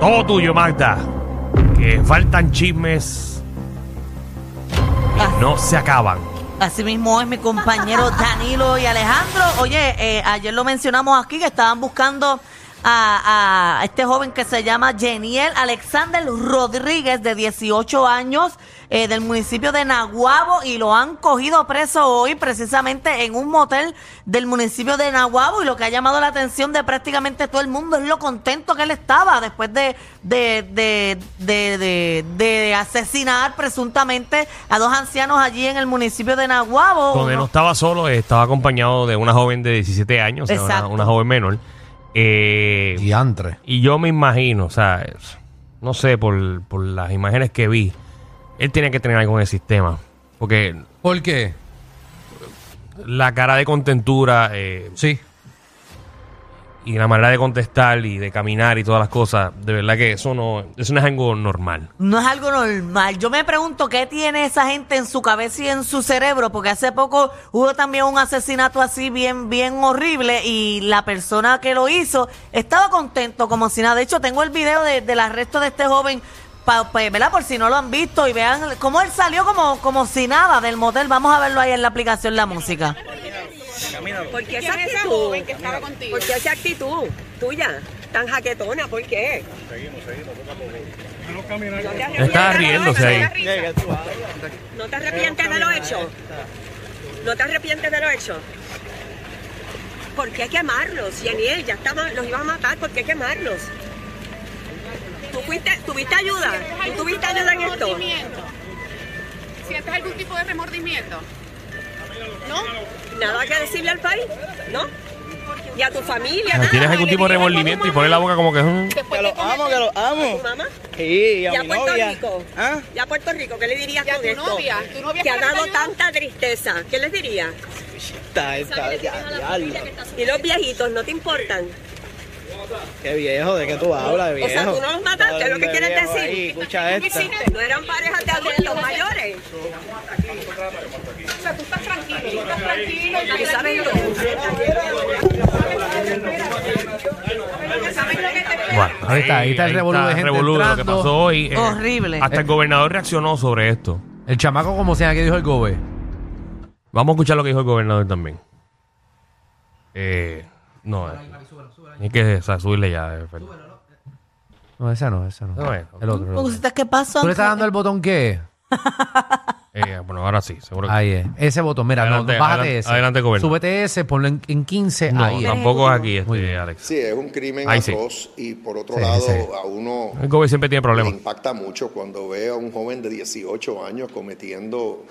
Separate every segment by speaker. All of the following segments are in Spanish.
Speaker 1: Todo tuyo, Magda. Que faltan chismes y no se acaban.
Speaker 2: Así mismo es mi compañero Danilo y Alejandro. Oye, eh, ayer lo mencionamos aquí que estaban buscando a, a este joven que se llama Jeniel Alexander Rodríguez, de 18 años, eh, del municipio de Naguabo, y lo han cogido preso hoy precisamente en un motel del municipio de Naguabo. Y lo que ha llamado la atención de prácticamente todo el mundo es lo contento que él estaba después de, de, de, de, de- de asesinar presuntamente a dos ancianos allí en el municipio de Naguabo.
Speaker 1: Donde no estaba solo, eh, estaba acompañado de una joven de 17 años, o sea, una-
Speaker 2: Exacto.
Speaker 1: una, joven menor. Eh,
Speaker 3: Diantre.
Speaker 1: Y yo me imagino, o sea, es- no sé, por, por las imágenes que vi, él tenía que tener algo en el sistema. Porque
Speaker 3: ¿Por qué?
Speaker 1: la cara de contentura eh,
Speaker 3: Sí.
Speaker 1: y la manera de contestar y de caminar y todas las cosas, de verdad que eso no, eso no es algo normal.
Speaker 2: No es algo normal. Yo me pregunto qué tiene esa gente en su cabeza y en su cerebro, porque hace poco hubo también un asesinato así bien, bien horrible y la persona que lo hizo estaba contento como si nada. De hecho, tengo el video de- del arresto de este joven, pa- pa- ¿verdad? Por si no lo han visto y vean cómo él salió como, como si nada del motel. Vamos a verlo ahí en la aplicación La Música.
Speaker 4: ¿Por qué esa actitud? que estaba contigo? ¿Por qué esa actitud tuya tan jaquetona? ¿Por qué? Seguimos, seguimos,
Speaker 1: Estaba riéndose ahí.
Speaker 4: ¿No te arrepientes de lo hecho? ¿No te arrepientes de lo hecho? ¿Por qué quemarlos? Yaniel, ya estaba, los iba a matar, ¿por qué quemarlos? ¿Tú fuiste, tuviste ayuda? ¿Tú tuviste ayuda en esto?
Speaker 5: remordimiento? ¿Sientes algún tipo de remordimiento? ¿No?
Speaker 4: ¿Nada que decirle al país? ¿No? ¿Y a tu familia?
Speaker 3: Ah,
Speaker 1: Si
Speaker 4: nada?
Speaker 1: ¿Tienes algún tipo de remordimiento y pones la boca como que... "Mm"?
Speaker 5: Después
Speaker 6: Que
Speaker 5: de
Speaker 6: los amo, que los
Speaker 4: ¿Tu
Speaker 6: amo.
Speaker 4: mamá?
Speaker 6: Sí, Eh, y a,
Speaker 4: este ¿Y a
Speaker 6: mi
Speaker 4: Puerto
Speaker 6: novia.
Speaker 4: Rico?
Speaker 6: ¿Ah?
Speaker 4: ¿Y a Puerto Rico? ¿Qué le dirías
Speaker 5: ¿Y a
Speaker 4: con
Speaker 5: tu
Speaker 4: esto?
Speaker 5: novia? ¿Tu novia
Speaker 4: que
Speaker 5: fue
Speaker 4: ha
Speaker 5: la que
Speaker 4: dado
Speaker 5: te ayudó?
Speaker 4: tanta tristeza. ¿Qué les dirías?
Speaker 6: Está, está, ya, diablo.
Speaker 4: ¿Y los viejitos no te importan?
Speaker 6: Qué viejo, ¿de qué tú hablas, de
Speaker 4: O
Speaker 6: viejo?
Speaker 4: sea, tú no los mataste, es lo que
Speaker 6: ¿De
Speaker 4: quieres
Speaker 6: viejo
Speaker 4: decir?
Speaker 6: ahí? escucha esta.
Speaker 4: ¿No eran parejas de adultos mayores?
Speaker 5: O sea, tú estás tranquilo, tú estás tranquilo.
Speaker 4: ¿Y
Speaker 5: estás
Speaker 4: sabes
Speaker 5: tranquilo.
Speaker 4: lo
Speaker 1: Bueno,
Speaker 3: Ahí está, ahí está el revolú de gente
Speaker 1: revolú de lo que
Speaker 3: entrando.
Speaker 1: pasó hoy. eh,
Speaker 2: Horrible.
Speaker 1: Hasta el gobernador reaccionó sobre esto.
Speaker 3: El chamaco, como sea, que dijo el gobe.
Speaker 1: Vamos a escuchar lo que dijo el gobernador también. Eh, no, eh, hay que o sea, subirle ya. eh, Fer-
Speaker 3: No, esa no, esa no.
Speaker 1: No, eh,
Speaker 3: El otro. el otro.
Speaker 2: Ustedes, ¿Qué pasó?
Speaker 3: ¿Tú le estás dando el botón qué?
Speaker 1: eh, bueno, ahora sí, seguro que
Speaker 3: Ahí es. Ese botón, mira, no,
Speaker 1: Adelante,
Speaker 3: no, bájate
Speaker 1: adelante,
Speaker 3: ese.
Speaker 1: adelante, gobernador.
Speaker 3: Súbete ese, ponlo en, en 15.
Speaker 1: no,
Speaker 3: ahí es.
Speaker 1: tampoco es aquí,
Speaker 3: Muy
Speaker 1: este,
Speaker 3: bien.
Speaker 1: Alex.
Speaker 7: Sí, es un crimen
Speaker 1: Ahí sí.
Speaker 7: atroz y por otro
Speaker 3: Sí,
Speaker 7: lado
Speaker 3: sí.
Speaker 7: a uno
Speaker 1: El gobernador siempre tiene
Speaker 7: le
Speaker 1: problemas.
Speaker 7: impacta mucho cuando ve a un joven de 18 años cometiendo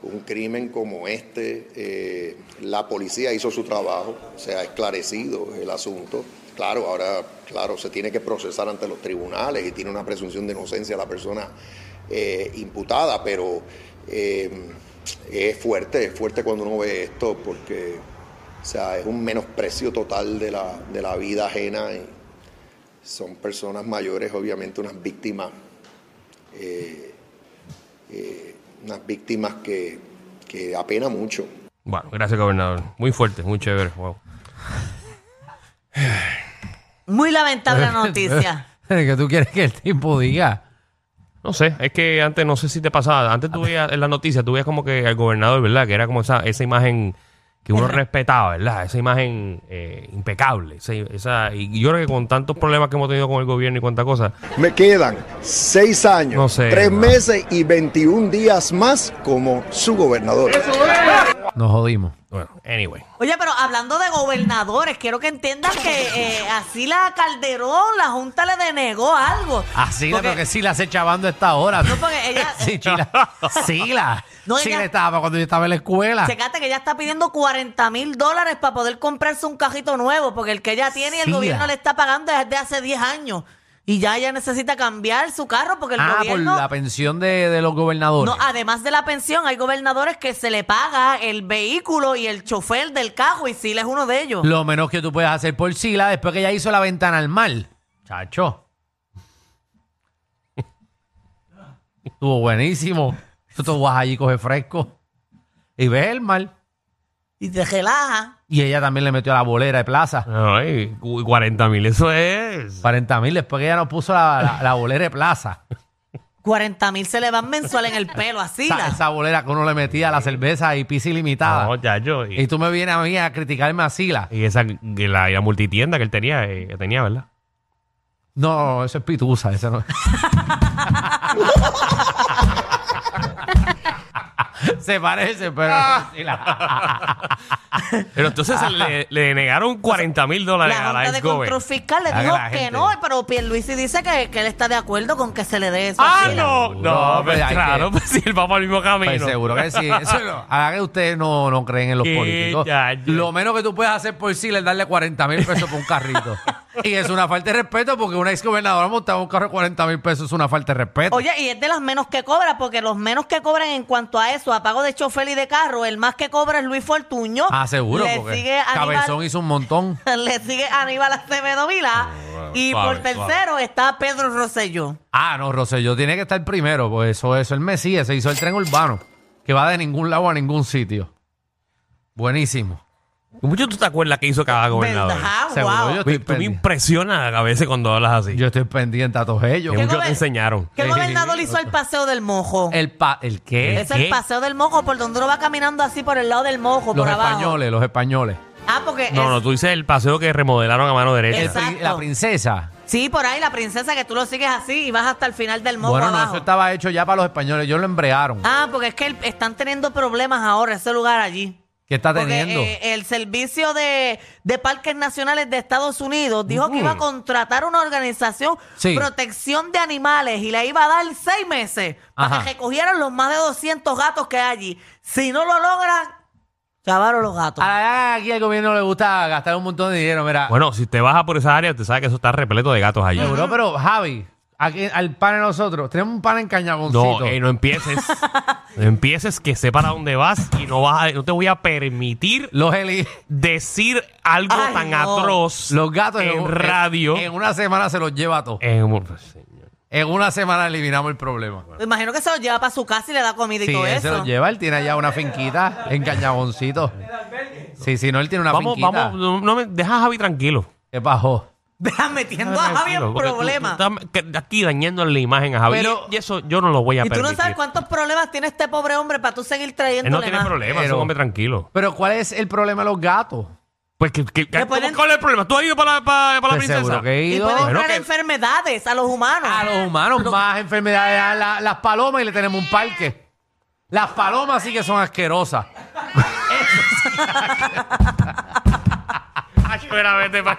Speaker 7: un crimen como este. Eh, la policía hizo su trabajo, se ha esclarecido el asunto. Claro, ahora, claro, se tiene que procesar ante los tribunales y tiene una presunción de inocencia la persona eh, imputada, pero eh, es fuerte, es fuerte cuando uno ve esto porque, o sea, es un menosprecio total de la, de la vida ajena. y- son personas mayores, obviamente unas víctimas, eh, eh, unas víctimas que, que apena mucho.
Speaker 1: Bueno, gracias, gobernador. Muy fuerte, muy chévere. Wow.
Speaker 2: Muy lamentable la noticia.
Speaker 3: ¿Qué tú quieres que el tipo diga?
Speaker 1: No sé, es que antes no sé si te pasaba. Antes tú veías en las noticias, tú veías como que al gobernador, ¿verdad? Que era como esa, esa imagen que uno respetaba, ¿verdad? Esa imagen eh, impecable. Esa, esa- y yo creo que con tantos problemas que hemos tenido con el gobierno y cuánta cosa,
Speaker 7: Me quedan seis años,
Speaker 1: No sé, tres no.
Speaker 7: meses y 21 días más como su gobernador.
Speaker 3: Nos jodimos.
Speaker 1: Bueno, anyway.
Speaker 2: Oye, pero hablando de gobernadores, quiero que entiendan que eh, así la Calderón, la Junta le denegó algo.
Speaker 3: Así la
Speaker 2: Porque-
Speaker 3: creo que sí la hace chavando a esta hora.
Speaker 2: No, porque ella-
Speaker 3: Sí, Chila. Sí, la.
Speaker 2: No,
Speaker 3: sí,
Speaker 2: ella-
Speaker 3: la estaba cuando yo estaba en la escuela.
Speaker 2: Checate que ella está pidiendo 40 mil dólares para poder comprarse un cajito nuevo, porque el que ella tiene y el
Speaker 3: Sí,
Speaker 2: gobierno
Speaker 3: ah.
Speaker 2: le está pagando desde hace 10 años. Y ya ella necesita cambiar su carro porque el
Speaker 3: ah,
Speaker 2: gobierno...
Speaker 3: por la pensión de, de los gobernadores.
Speaker 2: No, además de la pensión, hay gobernadores que se le paga el vehículo y el chofer del cajo, y Sila es uno de ellos.
Speaker 3: Lo menos que tú puedes hacer por Sila después que ella hizo la ventana al mar. Chacho. Estuvo buenísimo. Tú te vas allí, coges fresco. Y ves el mar.
Speaker 2: y te relaja.
Speaker 3: Y ella también le metió a la bolera de plaza.
Speaker 1: Ay, 40 mil, eso es.
Speaker 3: 40 mil. Después que ella nos puso la, la- la bolera de plaza.
Speaker 2: 40 mil se le van mensual en el pelo, así.
Speaker 3: Esa,
Speaker 2: la-
Speaker 3: esa bolera que uno le metía a la cerveza y pizza ilimitada.
Speaker 1: No, chacho.
Speaker 3: Y
Speaker 1: Y,
Speaker 3: tú me vienes a mí a criticarme a Sila.
Speaker 1: y esa que la, la multitienda que él tenía, eh, que tenía, ¿verdad?
Speaker 3: No, eso es pitusa, eso no. Se parece, pero no es Sila.
Speaker 1: Pero entonces le, le negaron 40 mil dólares
Speaker 2: La
Speaker 1: a la
Speaker 2: Junta de
Speaker 1: ex Gober.
Speaker 2: Control Fiscal le
Speaker 3: Ah, que
Speaker 2: dijo
Speaker 3: la
Speaker 2: que
Speaker 3: gente-
Speaker 2: no, pero Pierluisi dice que, que él está de acuerdo con que se le dé eso. a
Speaker 1: ¡Ah,
Speaker 2: Sila.
Speaker 1: no! No,
Speaker 3: No,
Speaker 1: pues
Speaker 3: pues hay
Speaker 1: claro,
Speaker 3: que-
Speaker 1: pues si él va por el mismo camino.
Speaker 3: Pues seguro que sí. Eso no- Ahora que ustedes no, no creen en los
Speaker 1: Qué
Speaker 3: políticos,
Speaker 1: yayo.
Speaker 3: lo menos que tú puedes hacer por Sila es darle 40 mil pesos por un carrito. y es una falta de respeto porque una ex gobernadora montada un carro de 40 mil pesos es una falta de respeto.
Speaker 2: Oye, y es de las menos que cobra, porque los menos que cobran en cuanto a eso, a pago de chofer y de carro, el más que cobra es Luis Fortuño.
Speaker 3: ah, seguro,
Speaker 2: Le sigue
Speaker 3: porque Cabezón
Speaker 2: Aníbal,
Speaker 3: hizo un montón.
Speaker 2: le sigue Aníbal Acevedo Vila. y
Speaker 1: suave,
Speaker 2: por tercero está Pedro Rosselló.
Speaker 3: Ah, no, Rosselló tiene que estar primero, pues eso, eso el Mesías, se hizo el tren urbano, que va de ningún lado a ningún sitio. Buenísimo.
Speaker 1: Mucho tú te acuerdas que hizo cada gobernador.
Speaker 2: ¿Verdad?
Speaker 3: Seguro
Speaker 2: Wow.
Speaker 3: yo estoy
Speaker 1: Tú me
Speaker 3: pendiente.
Speaker 1: impresionas a veces cuando hablas así.
Speaker 3: Yo estoy pendiente a todos ellos.
Speaker 1: Que mucho
Speaker 2: gober-
Speaker 1: te enseñaron.
Speaker 2: ¿Qué
Speaker 3: Sí.
Speaker 2: gobernador hizo el paseo del mojo?
Speaker 3: El, pa- ¿el Eh, qué?
Speaker 2: es el
Speaker 1: ¿qué?
Speaker 2: paseo del mojo, por donde uno va caminando así por el lado del mojo,
Speaker 3: Los
Speaker 2: por abajo.
Speaker 3: españoles, los españoles.
Speaker 2: Ah, porque
Speaker 1: No, no,
Speaker 2: es-
Speaker 1: tú dices el paseo que remodelaron a mano derecha.
Speaker 3: El pri-
Speaker 2: Exacto.
Speaker 3: la princesa.
Speaker 2: sí, por ahí la princesa que tú lo sigues así y vas hasta el final del mojo
Speaker 3: bueno, no,
Speaker 2: abajo.
Speaker 3: eso estaba hecho ya para los españoles, ellos lo embrearon.
Speaker 2: Ah, porque es que el- están teniendo problemas ahora ese lugar allí.
Speaker 3: ¿Qué está
Speaker 2: Porque,
Speaker 3: teniendo?
Speaker 2: eh, el servicio de, de parques nacionales de Estados Unidos dijo que iba a contratar una organización
Speaker 3: Mm. Sí.
Speaker 2: protección de animales y le iba a dar seis meses para
Speaker 3: Ajá.
Speaker 2: que recogieran los más de 200 gatos que hay allí. Si no lo logran, chavaron los gatos.
Speaker 3: Ah, aquí al gobierno le gusta gastar un montón de dinero, mira.
Speaker 1: Bueno, si te vas a por esa área, te sabes que eso está repleto de gatos allí.
Speaker 3: Seguro, pero Javi, aquí, al pan de nosotros, tenemos un pan en cañagoncito.
Speaker 1: No, eh, no empieces. no empieces que sé para dónde vas y no vas a- no te voy a permitir
Speaker 3: Los heli-
Speaker 1: decir algo
Speaker 2: Ay,
Speaker 1: tan
Speaker 2: no.
Speaker 1: atroz
Speaker 3: Los gatos
Speaker 1: en radio.
Speaker 3: En, Eh. una semana se los lleva a todos.
Speaker 1: En- pues, señor.
Speaker 3: En una semana eliminamos el problema.
Speaker 2: Me imagino que se los lleva para su casa y le da comida y
Speaker 3: Sí,
Speaker 2: todo
Speaker 3: él se
Speaker 2: eso.
Speaker 3: los lleva, él tiene allá una finquita en Cañaboncito. Sí, si no, él tiene una
Speaker 1: vamos,
Speaker 3: finquita.
Speaker 1: vamos, no, no me, deja a Javi tranquilo.
Speaker 3: ¿Qué pasó?
Speaker 2: Deja metiendo a Javi en
Speaker 1: Tranquilo, porque tú-
Speaker 2: problemas.
Speaker 1: tú estás que- aquí dañándole la imagen a Javi.
Speaker 3: Pero-
Speaker 1: y eso yo no lo voy a
Speaker 2: Y tú
Speaker 1: permitir.
Speaker 2: no sabes cuántos problemas tiene este pobre hombre para tú seguir trayéndole
Speaker 1: Él no tiene
Speaker 2: más.
Speaker 1: problema, es
Speaker 3: Pero-
Speaker 1: un hombre tranquilo.
Speaker 3: Pero ¿cuál es el problema de los gatos?
Speaker 1: Pues que, que-
Speaker 2: Que
Speaker 1: ¿cómo-
Speaker 2: pueden-
Speaker 1: ¿Cuál es el problema? ¿Tú has ido para la, para, para la
Speaker 3: Pues
Speaker 1: princesa?
Speaker 3: seguro que he
Speaker 2: Y
Speaker 3: ido.
Speaker 2: pueden
Speaker 1: Bueno,
Speaker 2: traer
Speaker 1: que-
Speaker 2: enfermedades a los humanos.
Speaker 3: A los humanos más enfermedades a la- las palomas y le tenemos un parque. Las palomas sí que son asquerosas.
Speaker 1: Ay, espera, vete pa-